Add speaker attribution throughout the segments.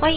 Speaker 1: 欢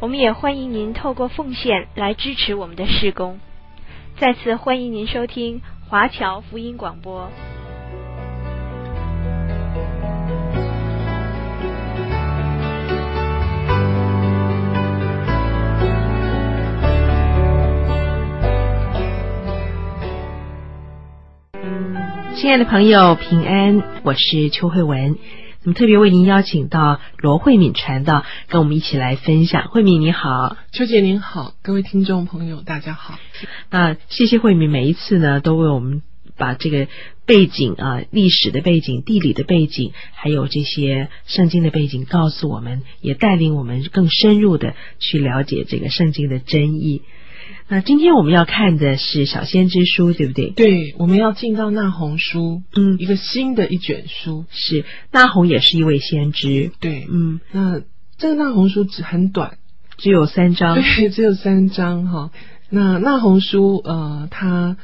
Speaker 1: 我们也欢迎您透过奉献来支持我们的事工。再次欢迎您收听华侨福音广播。
Speaker 2: 亲爱的朋友，平安，我是邱慧文。那么特别为您邀请到罗慧敏传道，跟我们一起来分享。慧敏你好，
Speaker 3: 邱姐您好，各位听众朋友大家好。
Speaker 2: 啊，谢谢慧敏每一次呢都为我们把这个背景啊、历史的背景、地理的背景，还有这些圣经的背景告诉我们，也带领我们更深入的去了解这个圣经的真意。那今天我们要看的是《小先知书》，对不对？
Speaker 3: 对，我们要进到那红书，
Speaker 2: 嗯
Speaker 3: 一个新的一卷书。
Speaker 2: 是，那红也是一位先知，
Speaker 3: 对，
Speaker 2: 嗯，
Speaker 3: 那这个那红书只 很短，
Speaker 2: 只有三章，
Speaker 3: 对，只有三章哈。那那红书呃，它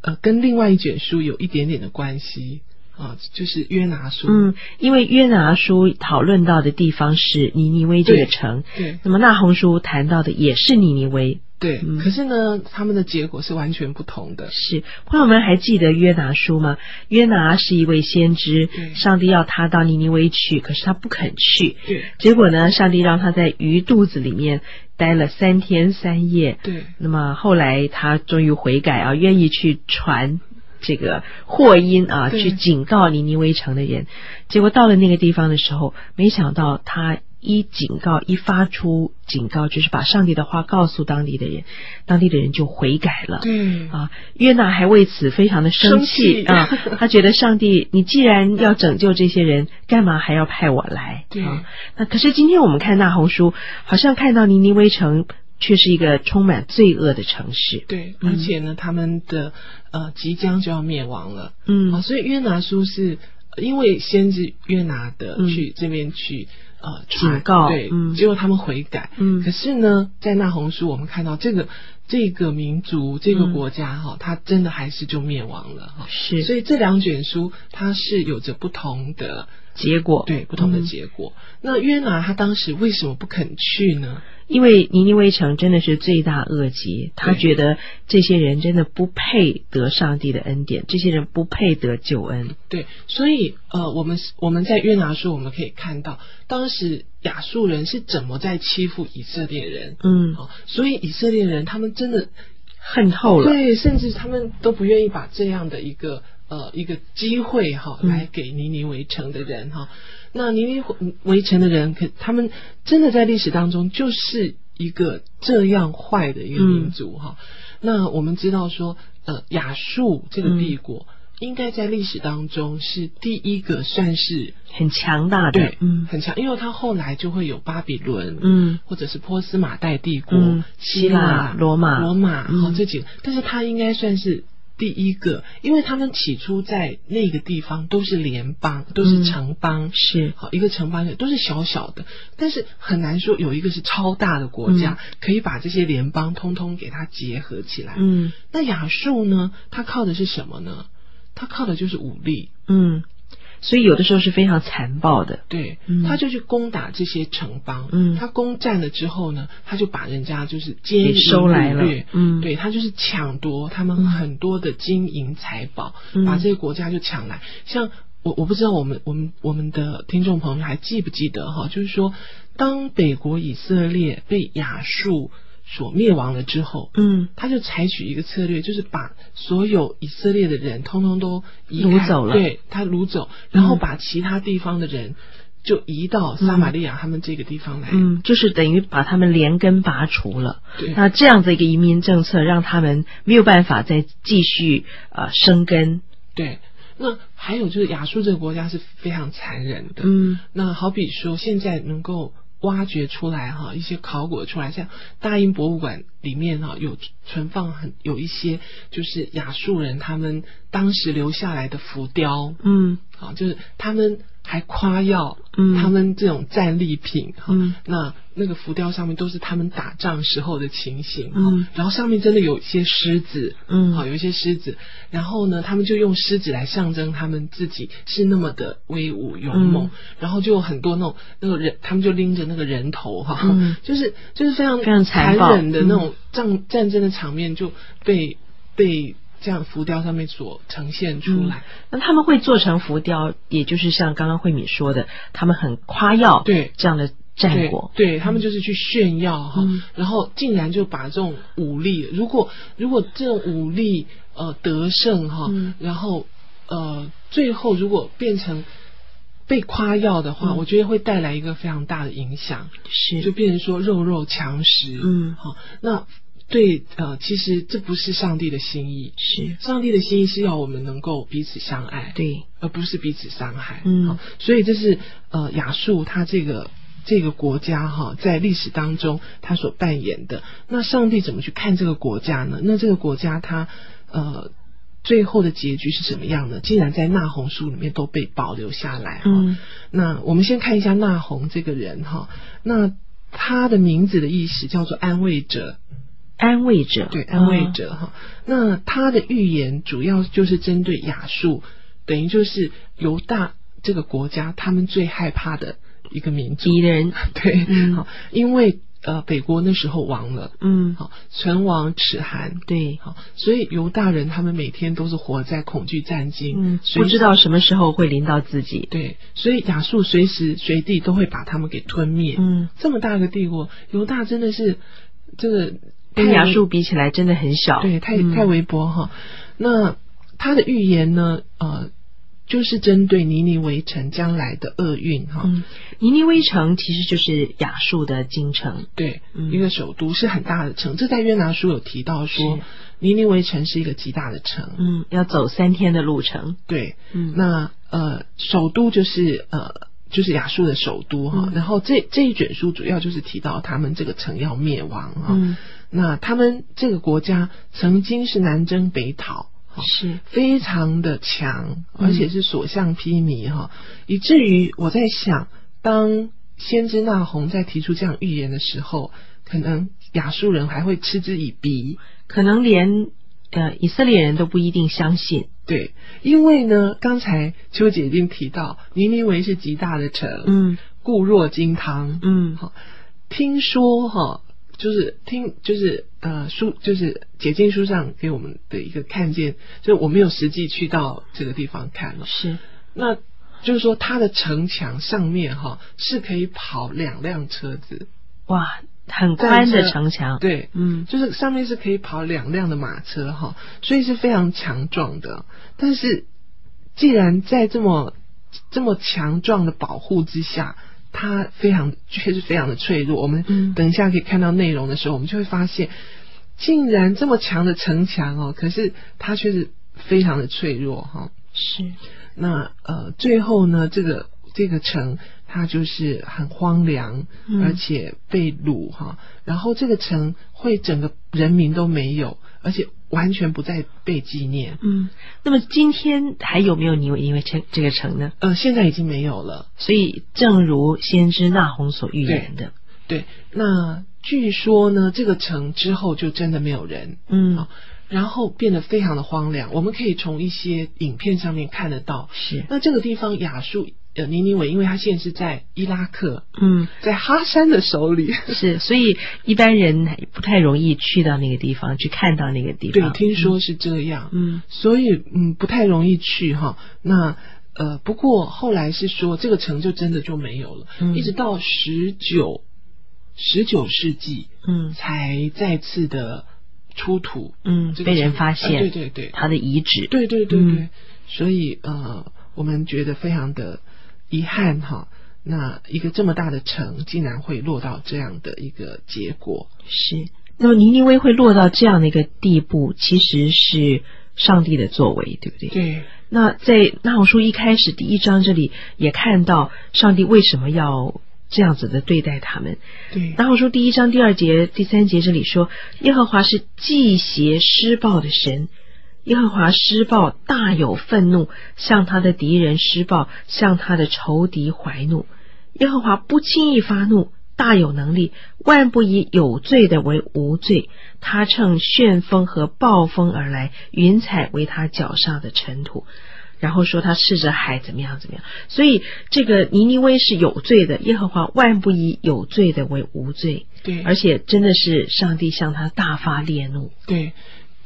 Speaker 3: 呃跟另外一卷书有一点点的关系啊、就是约拿书。，
Speaker 2: 嗯，因为约拿书讨论到的地方是尼尼微这个
Speaker 3: 对
Speaker 2: 城，
Speaker 3: 对
Speaker 2: 那么那红书谈到的也是尼尼微，
Speaker 3: 对、
Speaker 2: 嗯
Speaker 3: 可是呢，他们的结果是完全不同的。
Speaker 2: 是朋友们还记得约拿书吗？约拿是一位先知，
Speaker 3: 对
Speaker 2: 上帝要他到尼尼微去，可是他不肯去，
Speaker 3: 对
Speaker 2: 结果呢，上帝让他在鱼肚子里面待了三天三夜，
Speaker 3: 对
Speaker 2: 那么后来他终于悔改啊，愿意去传这个祸因啊，
Speaker 3: 对
Speaker 2: 去警告尼尼微城的人。结果到了那个地方的时候，没想到他一警告，一发出警告，就是把上帝的话告诉当地的人，当地的人就悔改了。
Speaker 3: 对
Speaker 2: 啊，约娜还为此非常的生
Speaker 3: 生气
Speaker 2: 啊，他觉得上帝，你既然要拯救这些人，干嘛还要派我来？
Speaker 3: 对
Speaker 2: 啊，那可是今天我们看那红书，好像看到尼尼微城却是一个充满罪恶的城市。
Speaker 3: 对，
Speaker 2: 嗯
Speaker 3: 而且呢，他们的呃即将就要灭亡了。啊，
Speaker 2: 嗯，
Speaker 3: 所以约拿书是呃因为先知约拿的
Speaker 2: 嗯
Speaker 3: 去这边去呃
Speaker 2: 警
Speaker 3: 传
Speaker 2: 告
Speaker 3: 对
Speaker 2: 嗯，
Speaker 3: 结果他们悔改。
Speaker 2: 嗯
Speaker 3: 可是呢，在那红书我们看到这个这个民族这个
Speaker 2: 嗯
Speaker 3: 国家哈，它真的还是就灭亡了哈。所
Speaker 2: 是
Speaker 3: 以这两卷书它是有着不同的
Speaker 2: 结果。
Speaker 3: 对不同的
Speaker 2: 嗯
Speaker 3: 结果。那约拿他当时为什么不肯去呢？
Speaker 2: 因为尼尼微城真的是罪大恶极，他
Speaker 3: 对
Speaker 2: 觉得这些人真的不配得上帝的恩典，这些人不配得救恩。
Speaker 3: 对，所以呃，我们我们在约拿书我们可以看到，当时亚述人是怎么在欺负以色列人，
Speaker 2: 嗯，
Speaker 3: 哦，所以以色列人他们真的
Speaker 2: 恨透了。
Speaker 3: 对，甚至他们都不愿意把这样的一个呃一个机会哈、
Speaker 2: 嗯
Speaker 3: 来给尼尼围城的人哈、那尼尼围城的人，可他们真的在历史当中就是一个这样坏的一个民族哈、
Speaker 2: 嗯
Speaker 3: 那我们知道说，呃，亚述这个帝国。
Speaker 2: 嗯
Speaker 3: 应该在历史当中是第一个算是
Speaker 2: 很强大的。
Speaker 3: 对，
Speaker 2: 嗯
Speaker 3: 很强，因为它后来就会有巴比伦，
Speaker 2: 嗯
Speaker 3: 或者是波斯马代帝国、
Speaker 2: 嗯
Speaker 3: 希
Speaker 2: 希腊罗马
Speaker 3: 罗马，
Speaker 2: 嗯
Speaker 3: 好、这几个，但是它应该算是第一个，因为他们起初在那个地方都是联邦，都是城邦。
Speaker 2: 嗯是
Speaker 3: 好，一个城邦都是小小的，但是很难说有一个是超大的国家，可以把这些联邦通通给它结合起来。
Speaker 2: 嗯
Speaker 3: 那亚述呢？它靠的是什么呢？它靠的就是武力。
Speaker 2: 嗯，所以有的时候是非常残暴的。
Speaker 3: 对
Speaker 2: 嗯，
Speaker 3: 他就去攻打这些城邦，
Speaker 2: 嗯
Speaker 3: 他攻占了之后呢，他就把人家就是奸淫
Speaker 2: 给收来了
Speaker 3: 掳掠
Speaker 2: 嗯
Speaker 3: 对他就是抢夺他们很多的金银财宝，
Speaker 2: 嗯
Speaker 3: 把这个国家就抢来。像我我不知道我们我们我们的听众朋友还记不记得哈，就是说当北国以色列被亚述所灭亡了之后，
Speaker 2: 嗯
Speaker 3: 他就采取一个策略，就是把所有以色列的人通通都移开
Speaker 2: 掳走了
Speaker 3: 对他掳走，然后把其他地方的人就移到撒玛利亚他们这个地方来。
Speaker 2: 嗯，就是等于把他们连根拔除了。
Speaker 3: 对
Speaker 2: 那这样的一个移民政策，让他们没有办法再继续呃生根。
Speaker 3: 对，那还有就是亚述这个国家是非常残忍的。
Speaker 2: 嗯
Speaker 3: 那好比说，现在能够挖掘出来哈，一些考古出来，像大英博物馆里面哈有存放很有一些就是亚述人他们当时留下来的浮雕，
Speaker 2: 嗯
Speaker 3: 啊，就是他们还夸耀
Speaker 2: 嗯
Speaker 3: 他们这种战利品哈、
Speaker 2: 嗯
Speaker 3: 那那个浮雕上面都是他们打仗时候的情形哈、
Speaker 2: 嗯
Speaker 3: 然后上面真的有一些狮子，
Speaker 2: 嗯
Speaker 3: 好、有一些狮子，然后呢，他们就用狮子来象征他们自己是那么的威武勇猛，
Speaker 2: 嗯
Speaker 3: 然后就有很多那种那个人，他们就拎着那个人头哈、
Speaker 2: 嗯
Speaker 3: 就是就是非常
Speaker 2: 非常残
Speaker 3: 残
Speaker 2: 暴嗯
Speaker 3: 忍的那种战、战争的场面就被被这样浮雕上面所呈现出来，
Speaker 2: 那他们会做成浮雕，也就是像刚刚慧敏说的，他们很夸耀
Speaker 3: 对
Speaker 2: 这样的战果，
Speaker 3: 对对他们就是去炫耀哈、
Speaker 2: 嗯
Speaker 3: 然后竟然就把这种武力，如果如果这种武力呃得胜哈、
Speaker 2: 嗯
Speaker 3: 然后呃最后如果变成被夸耀的话，
Speaker 2: 嗯
Speaker 3: 我觉得会带来一个非常大的影响，
Speaker 2: 是
Speaker 3: 就变成说肉肉强食，
Speaker 2: 嗯
Speaker 3: 好、那对呃其实这不是上帝的心意，
Speaker 2: 是，
Speaker 3: 上帝的心意是要我们能够彼此相爱，
Speaker 2: 对，
Speaker 3: 而不是彼此伤害。
Speaker 2: 嗯
Speaker 3: 好所以这是呃亚述它这个这个国家哈，在历史当中它所扮演的。那上帝怎么去看这个国家呢？那这个国家它呃。最后的结局是什么样呢？竟然在那红书里面都被保留下来哈。
Speaker 2: 嗯
Speaker 3: 那我们先看一下那红这个人哈，那他的名字的意思叫做安慰者，
Speaker 2: 安慰者，
Speaker 3: 对，安慰
Speaker 2: 啊，
Speaker 3: 者哈、那他的预言主要就是针对亚述，等于就是犹大这个国家他们最害怕的一个民族。
Speaker 2: 敌人，
Speaker 3: 对，
Speaker 2: 嗯
Speaker 3: 好，因为呃北国那时候亡了，
Speaker 2: 嗯，
Speaker 3: 好，唇亡齿寒。
Speaker 2: 对，
Speaker 3: 好，所以犹大人他们每天都是活在恐惧战惊，
Speaker 2: 嗯，
Speaker 3: 随
Speaker 2: 不知道什么时候会临到自己，
Speaker 3: 对，所以亚述随时随地都会把他们给吞灭。
Speaker 2: 嗯，
Speaker 3: 这么大个帝国，犹大真的是这个
Speaker 2: 跟
Speaker 3: 太
Speaker 2: 亚
Speaker 3: 危
Speaker 2: 述比起来真的很小，
Speaker 3: 对，太
Speaker 2: 嗯
Speaker 3: 太微薄哈。那他的预言呢？呃，就是针对尼尼微城将来的厄运哈。
Speaker 2: 嗯，尼尼微城其实就是亚述的京城，
Speaker 3: 对，
Speaker 2: 嗯
Speaker 3: 一个首都是很大的城，这在约拿书有提到说
Speaker 2: 是，
Speaker 3: 尼尼微城是一个极大的城。
Speaker 2: 嗯，要走三天的路程，
Speaker 3: 对，
Speaker 2: 嗯，
Speaker 3: 那呃，首都就是呃。就是亚述的首都哈，
Speaker 2: 嗯
Speaker 3: 然后这这一卷书主要就是提到他们这个城要灭亡哈，
Speaker 2: 嗯
Speaker 3: 那他们这个国家曾经是南征北讨，哈
Speaker 2: 是，
Speaker 3: 非常的强，
Speaker 2: 嗯
Speaker 3: 而且是所向披靡哈、以至于我在想，当先知那红在提出这样预言的时候，可能亚述人还会嗤之以鼻，
Speaker 2: 可能连呃以色列人都不一定相信，
Speaker 3: 对，因为呢，刚才秋姐已经提到，尼尼微是极大的城，
Speaker 2: 嗯
Speaker 3: 固若金汤，
Speaker 2: 嗯
Speaker 3: 好，听说哈，就是听就是呃书就是解禁书上给我们的一个看见，就是我没有实际去到这个地方看了，
Speaker 2: 是，
Speaker 3: 那就是说它的城墙上面哈是可以跑两辆车子，
Speaker 2: 哇，很宽
Speaker 3: 战
Speaker 2: 的
Speaker 3: 车
Speaker 2: 城墙，，
Speaker 3: 对，
Speaker 2: 嗯
Speaker 3: 就是上面是可以跑两辆的马车哈，所以是非常强壮的。但是既然在这么这么强壮的保护之下，它非常却是非常的脆弱。我
Speaker 2: 嗯
Speaker 3: 们等一下可以看到内容的时候，我们就会发现，竟然这么强的城墙哦，可是它却是非常的脆弱哈、
Speaker 2: 是，
Speaker 3: 那呃，最后呢，这个这个城它就是很荒凉，
Speaker 2: 嗯
Speaker 3: 而且被掳哈、然后这个城会整个人民都没有，而且完全不再被纪念。
Speaker 2: 嗯，那么今天还有没有尼维尼维城这个城呢？
Speaker 3: 呃，现在已经没有了。
Speaker 2: 所以正如先知那红所预言的，
Speaker 3: 对，那据说呢，这个城之后就真的没有人，
Speaker 2: 嗯
Speaker 3: 好，然后变得非常的荒凉。我们可以从一些影片上面看得到。
Speaker 2: 是，
Speaker 3: 那这个地方亚述呃尼尼维，因为它现在是在伊拉克，
Speaker 2: 嗯
Speaker 3: 在哈山的手里。
Speaker 2: 是，所以一般人还不太容易去到那个地方，去看到那个地
Speaker 3: 对
Speaker 2: 方，，
Speaker 3: 听说是这样，
Speaker 2: 嗯，
Speaker 3: 所以嗯不太容易去哈。那呃，不过后来是说这个城就真的就没有了，
Speaker 2: 嗯
Speaker 3: 一直到十九十九世纪
Speaker 2: 嗯
Speaker 3: 才再次的出土，
Speaker 2: 嗯
Speaker 3: 这
Speaker 2: 嗯，
Speaker 3: 个
Speaker 2: 被人
Speaker 3: 城
Speaker 2: 发
Speaker 3: 啊对
Speaker 2: 现
Speaker 3: 对对
Speaker 2: 他的遗址，
Speaker 3: 对对对对，
Speaker 2: 嗯
Speaker 3: 所以呃，我们觉得非常的遗憾哈。那一个这么大的城，竟然会落到这样的一个结果，
Speaker 2: 是。那么尼尼微会落到这样的一个地步，其实是上帝的作为，对不对？。
Speaker 3: 对
Speaker 2: 那在那好书一开始第一章这里也看到，上帝为什么要这样子的对待他们。
Speaker 3: 对，
Speaker 2: 然后说第一章第二节、第三节这里说，耶和华是忌邪施暴的神，耶和华施暴大有愤怒，向他的敌人施暴，向他的仇敌怀怒。耶和华不轻易发怒，大有能力，万不以有罪的为无罪。他乘旋风和暴风而来，云彩为他脚上的尘土。然后说他试着海怎么样怎么样，所以这个尼尼微是有罪的，耶和华万不以有罪的为无罪，
Speaker 3: 对，
Speaker 2: 而且真的是上帝向他大发烈怒。
Speaker 3: 对，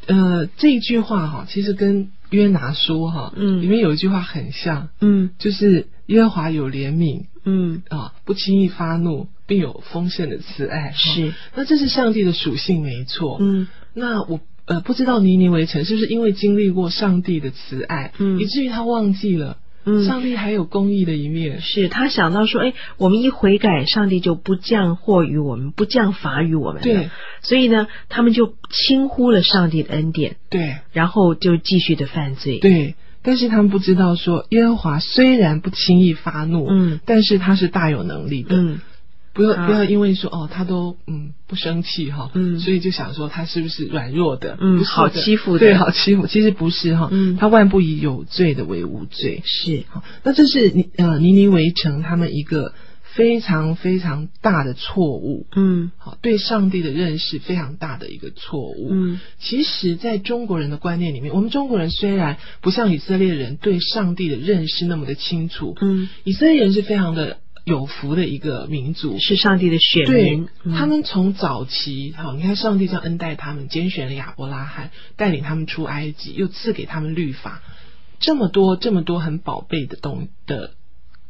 Speaker 3: 呃，这一句话哈，其实跟约拿书哈，
Speaker 2: 嗯
Speaker 3: 里面有一句话很像，
Speaker 2: 嗯
Speaker 3: 就是耶和华有怜悯
Speaker 2: 嗯，
Speaker 3: 啊，不轻易发怒，并有丰盛的慈爱。哈
Speaker 2: 是，
Speaker 3: 那这是上帝的属性没错。
Speaker 2: 嗯
Speaker 3: 那我呃不知道尼尼微城是不是因为经历过上帝的慈爱，
Speaker 2: 嗯
Speaker 3: 以至于他忘记了、
Speaker 2: 嗯，
Speaker 3: 上帝还有公义的一面。
Speaker 2: 是他想到说，哎，我们一悔改，上帝就不降祸于我们，不降罚于我们了
Speaker 3: 对
Speaker 2: 所以呢，他们就轻忽了上帝的恩典，
Speaker 3: 对
Speaker 2: 然后就继续的犯罪。
Speaker 3: 对，但是他们不知道说耶和华虽然不轻易发怒，
Speaker 2: 嗯
Speaker 3: 但是他是大有能力的。
Speaker 2: 嗯
Speaker 3: 不要、
Speaker 2: 啊
Speaker 3: 不要因为说哦，他都嗯不生气哈，
Speaker 2: 嗯
Speaker 3: 所以就想说他是不是软弱的，
Speaker 2: 嗯
Speaker 3: 不是的
Speaker 2: 好欺负的
Speaker 3: 对，好欺负，其实不是哈，
Speaker 2: 嗯
Speaker 3: 他万不以有罪的为无罪。
Speaker 2: 是
Speaker 3: 好，那这是尼呃尼尼围城他们一个非常非常大的错误，
Speaker 2: 嗯
Speaker 3: 好，对上帝的认识非常大的一个错误。
Speaker 2: 嗯
Speaker 3: 其实，在中国人的观念里面，我们中国人虽然不像以色列人对上帝的认识那么的清楚，
Speaker 2: 嗯，
Speaker 3: 以色列人是非常的有福的一个民族，
Speaker 2: 嗯是上帝的选
Speaker 3: 对
Speaker 2: 民，，嗯
Speaker 3: 他们从早期，好，你看上帝这样恩待他们，拣选了亚伯拉罕，带领他们出埃及，又赐给他们律法，这么多这么多很宝贝的东的。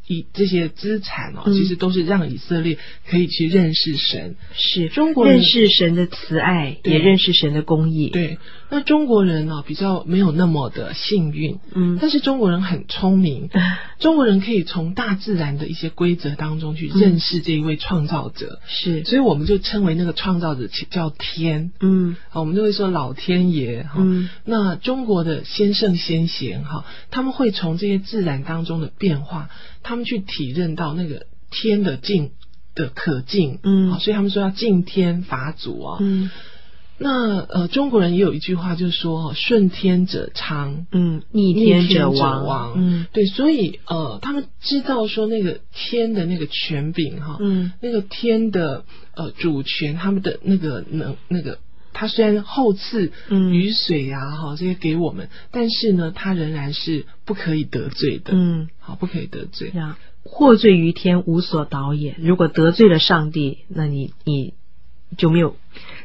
Speaker 3: 以这些资产哦，
Speaker 2: 嗯
Speaker 3: 其实都是让以色列可以去认识神。
Speaker 2: 是
Speaker 3: 中国人
Speaker 2: 认识神的慈爱，
Speaker 3: 对
Speaker 2: 也认识神的公义。，
Speaker 3: 对，那中国人呢、比较没有那么的幸运，
Speaker 2: 嗯
Speaker 3: 但是中国人很聪明，中国人可以从大自然的一些规则当中去认识这一位创造者，
Speaker 2: 是，
Speaker 3: 所以我们就称为那个创造者其叫天。
Speaker 2: 嗯
Speaker 3: 好，我们就会说老天爷哈。
Speaker 2: 嗯
Speaker 3: 那中国的先圣先贤哈，他们会从这些自然当中的变化，他们去体认到那个天的敬的可敬。
Speaker 2: 嗯
Speaker 3: 好所以他们说要敬天法祖啊、
Speaker 2: 嗯
Speaker 3: 那呃，中国人也有一句话，就是说顺天者昌。
Speaker 2: 嗯，逆
Speaker 3: 逆
Speaker 2: 天
Speaker 3: 者
Speaker 2: 亡。嗯
Speaker 3: 对，所以呃，他们知道说那个天的那个权柄哈，
Speaker 2: 嗯
Speaker 3: 那个天的呃主权，他们的那个能那个，他虽然后赐
Speaker 2: 嗯
Speaker 3: 雨水啊哈、这些给我们，但是呢，他仍然是不可以得罪的，
Speaker 2: 嗯，
Speaker 3: 好，不可以得罪
Speaker 2: 这。样获罪于天，无所导也。如果得罪了上帝，那你你就没有，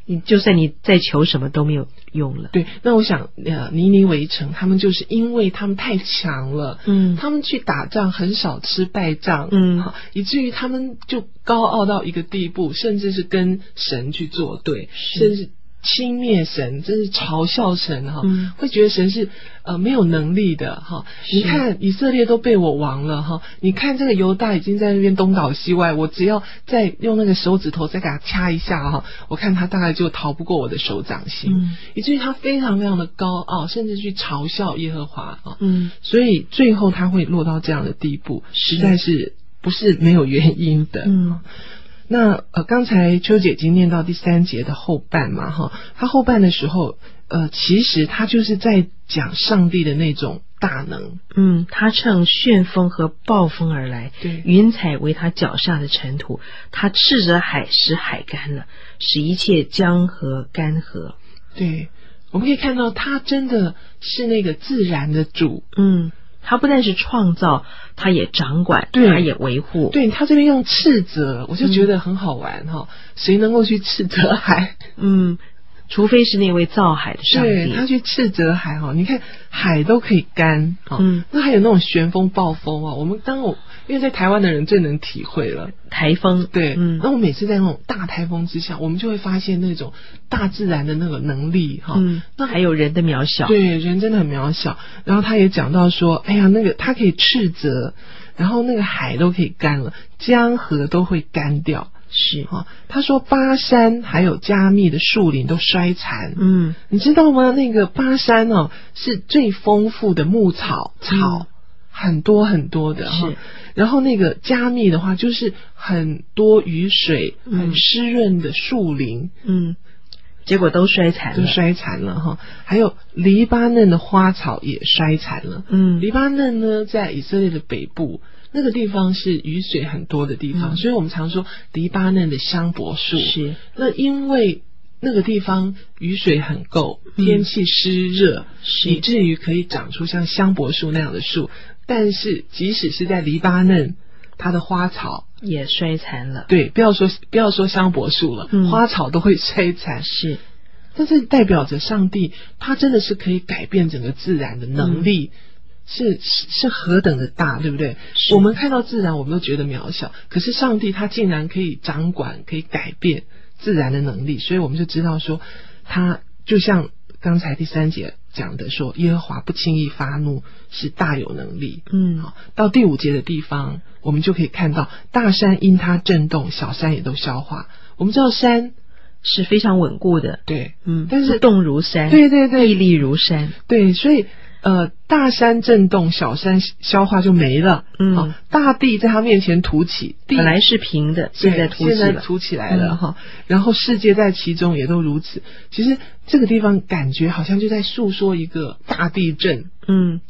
Speaker 2: 你就算你再求什么都没有用了。
Speaker 3: 对，那我想，呃，尼尼围城他们就是因为他们太强了，
Speaker 2: 嗯
Speaker 3: 他们去打仗很少吃败仗，
Speaker 2: 嗯
Speaker 3: 好，以至于他们就高傲到一个地步，甚至是跟神去作对，
Speaker 2: 是
Speaker 3: 甚至轻蔑神，甚至嘲笑神哈、
Speaker 2: 嗯
Speaker 3: 会觉得神是呃没有能力的哈。
Speaker 2: 是
Speaker 3: 你看以色列都被我亡了哈，你看这个犹大已经在那边东倒西歪，我只要再用那个手指头再给他掐一下哈，我看他大概就逃不过我的手掌心，
Speaker 2: 嗯
Speaker 3: 以至于他非常非常的高傲，甚至去嘲笑耶和华啊。
Speaker 2: 嗯
Speaker 3: 所以最后他会落到这样的地步，
Speaker 2: 是
Speaker 3: 实在是不是没有原因的。
Speaker 2: 嗯
Speaker 3: 那呃，刚才秋姐已经念到第三节的后半嘛，哈，她后半的时候，呃，其实她就是在讲上帝的那种大能，
Speaker 2: 嗯，他乘旋风和暴风而来，
Speaker 3: 对
Speaker 2: 云彩为他脚下的尘土，他斥责海，使海干了，使一切江河干涸。
Speaker 3: 对，我们可以看到他真的是那个自然的主，
Speaker 2: 嗯，他不但是创造，他也掌管，
Speaker 3: 对
Speaker 2: 他也维护。，
Speaker 3: 对他这边用斥责，我就觉得很好玩哈、谁能够去斥责海？
Speaker 2: 嗯，除非是那位造海的上
Speaker 3: 对他
Speaker 2: 帝。
Speaker 3: 去斥责海哈，你看海都可以干哈，
Speaker 2: 嗯
Speaker 3: 那还有那种旋风暴风啊，我们当我因为在台湾的人最能体会了，
Speaker 2: 台风，
Speaker 3: 对，
Speaker 2: 嗯
Speaker 3: 那我每次在那种大台风之下，我们就会发现那种大自然的那个能力哈，
Speaker 2: 嗯，
Speaker 3: 那
Speaker 2: 还有人的渺小。，
Speaker 3: 对人真的很渺小。然后他也讲到说，哎呀，那个他可以斥责，然后那个海都可以干了，江河都会干掉
Speaker 2: 是，
Speaker 3: 哈。他说巴山还有加密的树林都衰残，
Speaker 2: 嗯
Speaker 3: 你知道吗？那个巴山哦，是最丰富的牧草、草，
Speaker 2: 嗯
Speaker 3: 很多很多的哈
Speaker 2: 是。
Speaker 3: 然后那个加密的话，就是很多雨水、
Speaker 2: 嗯
Speaker 3: 很湿润的树林
Speaker 2: 嗯，结果都衰残
Speaker 3: 都
Speaker 2: 了，
Speaker 3: 衰残了哈。还有黎巴嫩的花草也衰残了。
Speaker 2: 嗯
Speaker 3: 黎巴嫩呢，在以色列的北部，那个地方是雨水很多的地方，
Speaker 2: 嗯
Speaker 3: 所以我们常说黎巴嫩的香柏树。
Speaker 2: 是
Speaker 3: 那因为那个地方雨水很够，
Speaker 2: 嗯
Speaker 3: 天气湿热，
Speaker 2: 是
Speaker 3: 以至于可以长出像香柏树那样的树。但是即使是在黎巴嫩，它的花草，
Speaker 2: 也衰残了，
Speaker 3: 对，不要说不要说香柏树了，
Speaker 2: 嗯
Speaker 3: 花草都会摧残。
Speaker 2: 是
Speaker 3: 但是代表着上帝，他真的是可以改变整个自然的能力，是是是何等的大，对不对？
Speaker 2: 嗯是
Speaker 3: 我们看到自然，我们都觉得渺小，可是上帝他竟然可以掌管、可以改变自然的能力，所以我们就知道说，他就像刚才第三节讲的说，耶和华不轻易发怒，是大有能力。
Speaker 2: 嗯
Speaker 3: 好，到第五节的地方，我们就可以看到大山因它震动，小山也都消化。我们知道山，
Speaker 2: 是非常稳固的，
Speaker 3: 对，
Speaker 2: 嗯，
Speaker 3: 但是
Speaker 2: 不动如山，
Speaker 3: 对对对，
Speaker 2: 屹立如山，
Speaker 3: 对，所以呃，大山震动，小山消化就没了。
Speaker 2: 嗯
Speaker 3: 啊大地在他面前凸起，地
Speaker 2: 本来是平的，现
Speaker 3: 对
Speaker 2: 在凸起
Speaker 3: 现在
Speaker 2: 了，
Speaker 3: 凸起来了
Speaker 2: 嗯
Speaker 3: 哈、然后世界在其中也都如此。其实这个地方感觉好像就在诉说一个大地震。
Speaker 2: 嗯，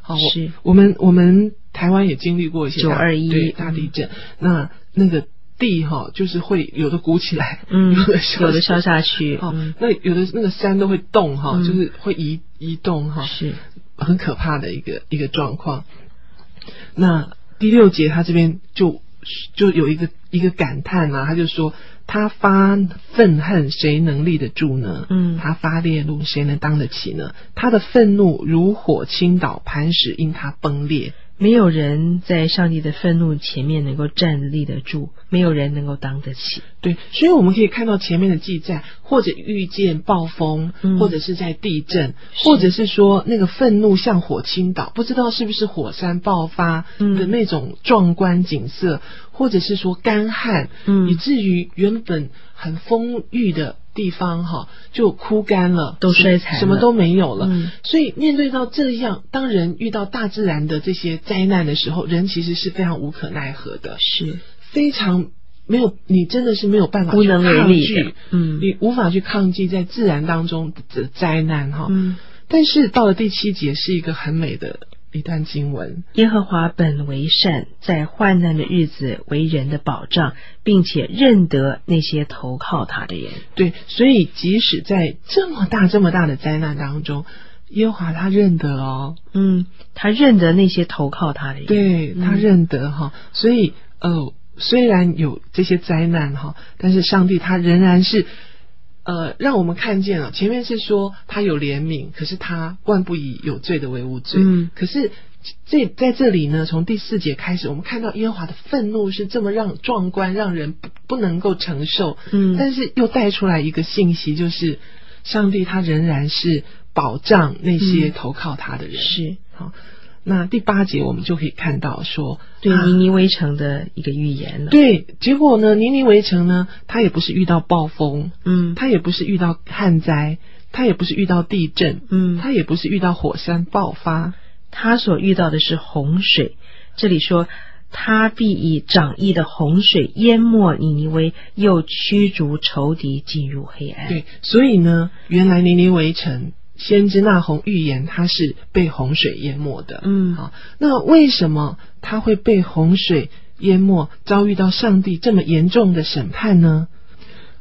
Speaker 3: 好，
Speaker 2: 是
Speaker 3: 哦我我们我们台湾也经历过一些大
Speaker 2: 921
Speaker 3: 对大地
Speaker 2: 嗯
Speaker 3: 震，那那个地哈、就是会有的鼓起来，
Speaker 2: 嗯
Speaker 3: 有的消
Speaker 2: 有的消下去，
Speaker 3: 哦
Speaker 2: 嗯，，
Speaker 3: 那有的那个山都会动哈、
Speaker 2: 嗯
Speaker 3: 就是会移移动哈、
Speaker 2: 是
Speaker 3: 很可怕的一个一个状况。那第六节他这边就就有一个一个感叹啊，他就说他发愤恨，谁能立得住呢？
Speaker 2: 嗯
Speaker 3: 他发烈怒，谁能当得起呢？他的愤怒如火倾倒，磐石因他崩裂。
Speaker 2: 没有人在上帝的愤怒前面能够站立得住，没有人能够当得起，
Speaker 3: 对，所以我们可以看到前面的记载，或者遇见暴风，
Speaker 2: 嗯
Speaker 3: 或者是在地震，
Speaker 2: 是
Speaker 3: 或者是说那个愤怒像火倾倒，不知道是不是火山爆发
Speaker 2: 嗯
Speaker 3: 的那种壮观景色，或者是说干旱，
Speaker 2: 嗯
Speaker 3: 以至于原本很丰裕的地方哈就枯干了，
Speaker 2: 都衰残了
Speaker 3: 什么都没有了。
Speaker 2: 嗯
Speaker 3: 所以面对到这样，当人遇到大自然的这些灾难的时候，人其实是非常无可奈何的。
Speaker 2: 是
Speaker 3: 非常没有，你真的是没有办法
Speaker 2: 无能为力
Speaker 3: 去抗
Speaker 2: 的
Speaker 3: 拒，，
Speaker 2: 嗯
Speaker 3: 你无法去抗击在自然当中的灾难哈。
Speaker 2: 嗯。
Speaker 3: 但是到了第七节是一个很美的一段经文，
Speaker 2: 耶和华本为善，在患难的日子为人的保障，并且认得那些投靠他的人。
Speaker 3: 对，所以即使在这么大这么大的灾难当中，耶和华他认得哦，
Speaker 2: 嗯，他认得那些投靠他的人。，
Speaker 3: 对
Speaker 2: 嗯
Speaker 3: 他认得哈，所以呃，虽然有这些灾难哈，但是上帝他仍然是呃，让我们看见了。前面是说他有怜悯，可是他万不以有罪的为无罪。
Speaker 2: 嗯
Speaker 3: 可是这在这里呢，从第四节开始，我们看到耶和华的愤怒是这么让壮观，让人不不能够承受。
Speaker 2: 嗯
Speaker 3: 但是又带出来一个信息，就是上帝他仍然是保障那些
Speaker 2: 嗯
Speaker 3: 投靠他的人。
Speaker 2: 是
Speaker 3: 好，那第八节我们就可以看到说，
Speaker 2: 对
Speaker 3: 啊
Speaker 2: 尼尼微城的一个预言了。，
Speaker 3: 对，结果呢，尼尼围城呢，它也不是遇到暴风，
Speaker 2: 嗯
Speaker 3: 它也不是遇到旱灾，它也不是遇到地震，
Speaker 2: 嗯，
Speaker 3: 它也不是遇到火山爆发，
Speaker 2: 他所遇到的是洪水。这里说，他必以涨溢的洪水淹没尼尼微，又驱逐仇敌进入黑暗。，
Speaker 3: 对，所以呢，原来尼尼围城。先知那洪预言它是被洪水淹没的，
Speaker 2: 嗯
Speaker 3: 好，那为什么它会被洪水淹没，遭遇到上帝这么严重的审判呢？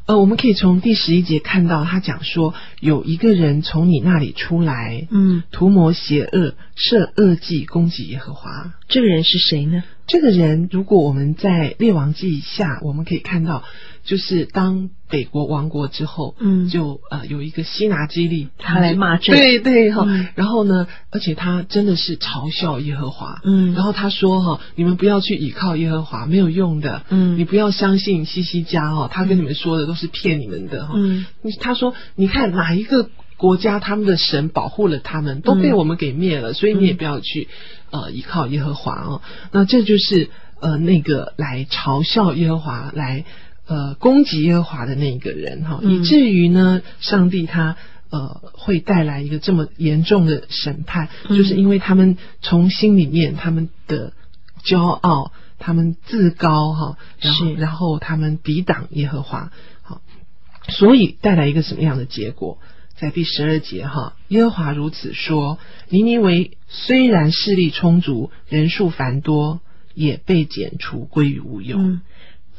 Speaker 3: 呃，我们可以从第十一节看到，他讲说有一个人从你那里出来，
Speaker 2: 嗯，
Speaker 3: 图谋邪恶，设恶计攻击耶和华。
Speaker 2: 这个人是谁呢？
Speaker 3: 这个人，如果我们在列王记下，我们可以看到，就是当北国亡国之后，
Speaker 2: 嗯
Speaker 3: 就呃有一个希拿基利，
Speaker 2: 他来骂
Speaker 3: 就
Speaker 2: 阵。，
Speaker 3: 对对哈、
Speaker 2: 嗯
Speaker 3: 然后呢，而且他真的是嘲笑耶和华，
Speaker 2: 嗯，
Speaker 3: 然后他说哈、你们不要去倚靠耶和华，没有用的，
Speaker 2: 嗯
Speaker 3: 你不要相信西西家哦，他跟你们说的都是骗你们的哈、
Speaker 2: 嗯
Speaker 3: 他说：“你看哪一个国家他们的神保护了他们，都被我们给灭
Speaker 2: 嗯
Speaker 3: 了，所以你也不要去呃依靠耶和华哦。那这就是呃那个来嘲笑耶和华，来呃攻击耶和华的那一个人哈、
Speaker 2: 嗯
Speaker 3: 以至于呢，上帝他呃会带来一个这么严重的审判，
Speaker 2: 嗯
Speaker 3: 就是因为他们从心里面他们的骄傲，他们自高哈，然后
Speaker 2: 是
Speaker 3: 然后他们抵挡耶和华，好，所以带来一个什么样的结果？在第十二节哈，耶和华如此说：尼尼微虽然势力充足，人数繁多，也被剪除归于无有。
Speaker 2: 嗯，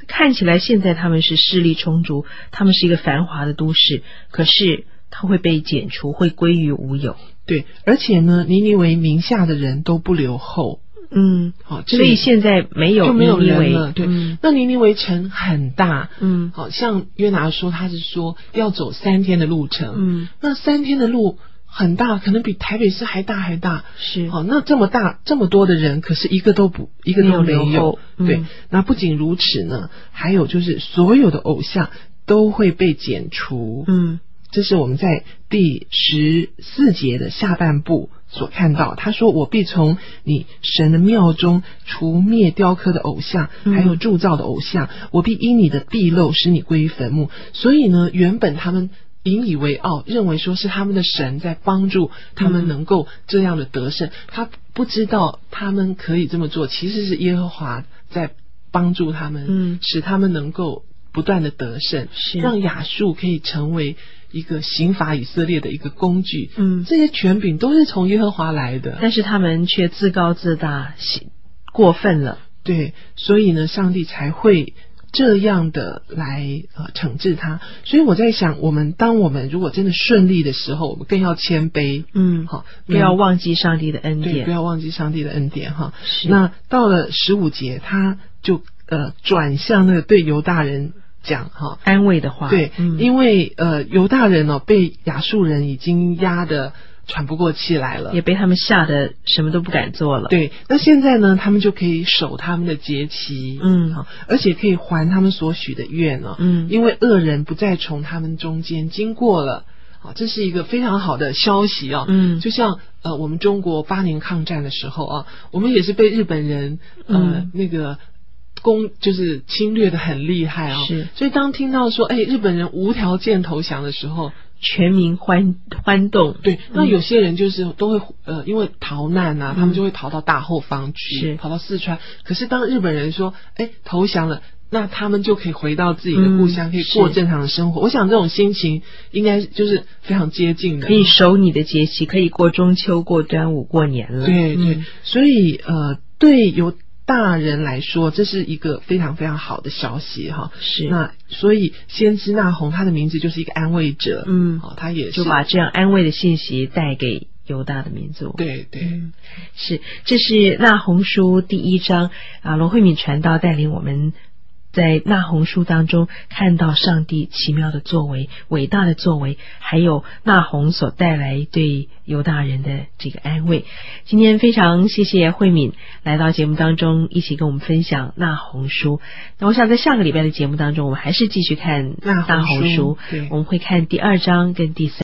Speaker 2: 看起来现在他们是势力充足，他们是一个繁华的都市，可是它会被剪除，会归于无有。
Speaker 3: 对，而且呢，尼尼微名下的人都不留后，
Speaker 2: 嗯，
Speaker 3: 好，这
Speaker 2: 所以
Speaker 3: 里
Speaker 2: 现在没有
Speaker 3: 就没有
Speaker 2: 尼尼微
Speaker 3: 人了。对，
Speaker 2: 嗯
Speaker 3: 那尼尼微城很大，
Speaker 2: 嗯
Speaker 3: 好像约拿说他是说要走三天的路程，
Speaker 2: 嗯，
Speaker 3: 那三天的路很大，可能比台北市还大还大。
Speaker 2: 是
Speaker 3: 好，那这么大这么多的人，可是一个都不一个都没
Speaker 2: 没有留后嗯
Speaker 3: 对，那不仅如此呢，还有就是所有的偶像都会被剪除。
Speaker 2: 嗯
Speaker 3: 这是我们在第十四节的下半部所看到。他说：“我必从你神的庙中除灭雕刻的偶像，
Speaker 2: 嗯
Speaker 3: 还有铸造的偶像。我必因你的毕露使你归于坟墓。”所以呢，原本他们。引以为傲，认为说是他们的神在帮助他们
Speaker 2: 嗯
Speaker 3: 能够这样的得胜。他不知道他们可以这么做，其实是耶和华在帮助他们，
Speaker 2: 嗯
Speaker 3: 使他们能够不断的得胜。
Speaker 2: 是
Speaker 3: 让亚述可以成为一个刑罚以色列的一个工具。
Speaker 2: 嗯，
Speaker 3: 这些权柄都是从耶和华来的，
Speaker 2: 但是他们却自高自大，喜过分了。
Speaker 3: 对，所以呢，上帝才会这样的来呃惩治他。所以我在想，我们当我们如果真的顺利的时候，我们更要谦卑，
Speaker 2: 嗯，
Speaker 3: 好，
Speaker 2: 不要忘记上帝的恩
Speaker 3: 对，不
Speaker 2: 典。
Speaker 3: 要忘记上帝的恩典哈。
Speaker 2: 是
Speaker 3: 那到了十五节，他就呃转向那个对犹大人讲哈，
Speaker 2: 安慰的话，
Speaker 3: 对，
Speaker 2: 嗯
Speaker 3: 因为呃，犹大人哦被亚述人已经压得喘不过气来了
Speaker 2: 也。被他们吓得什么都不敢做了。，
Speaker 3: 对，那现在呢，他们就可以守他们的节期，
Speaker 2: 嗯
Speaker 3: 好，而且可以还他们所许的愿哦，
Speaker 2: 嗯
Speaker 3: 因为恶人不再从他们中间经过了，好，这是一个非常好的消息哦，
Speaker 2: 嗯
Speaker 3: 就像呃，我们中国八年抗战的时候啊，我们也是被日本人呃、
Speaker 2: 嗯
Speaker 3: 那个攻就是侵略的很厉害啊、
Speaker 2: 是
Speaker 3: 所以当听到说哎日本人无条件投降的时候，
Speaker 2: 全民欢欢动。
Speaker 3: 对，那
Speaker 2: 嗯
Speaker 3: 有些人就是都会呃，因为逃难啊，
Speaker 2: 嗯
Speaker 3: 他们就会逃到大后方去，
Speaker 2: 是
Speaker 3: 逃到四川。可是当日本人说，哎，投降了。那他们就可以回到自己的故乡，
Speaker 2: 嗯
Speaker 3: 可以过
Speaker 2: 是
Speaker 3: 正常的生活。我想这种心情应该就是非常接近的。
Speaker 2: 可以守你的节气，可以过中秋、过端午、过年了。
Speaker 3: 对对，
Speaker 2: 嗯
Speaker 3: 所以呃，对犹大人来说，这是一个非常非常好的消息哈。
Speaker 2: 是
Speaker 3: 那所以先知那红，他的名字就是一个安慰者，
Speaker 2: 嗯
Speaker 3: 好、他也是
Speaker 2: 就把这样安慰的信息带给犹大的民族。，
Speaker 3: 对对，
Speaker 2: 嗯，是，这是那红书第一章啊，罗慧敏传道带领我们。在那红书当中看到上帝奇妙的作为、伟大的作为，还有那红所带来对犹大人的这个安慰。今天非常谢谢慧敏来到节目当中，一起跟我们分享那红书。那我想在下个礼拜的节目当中，我们还是继续看
Speaker 3: 那
Speaker 2: 大
Speaker 3: 红
Speaker 2: 红
Speaker 3: 书
Speaker 2: 书
Speaker 3: 对，
Speaker 2: 我们会看第二章跟第三。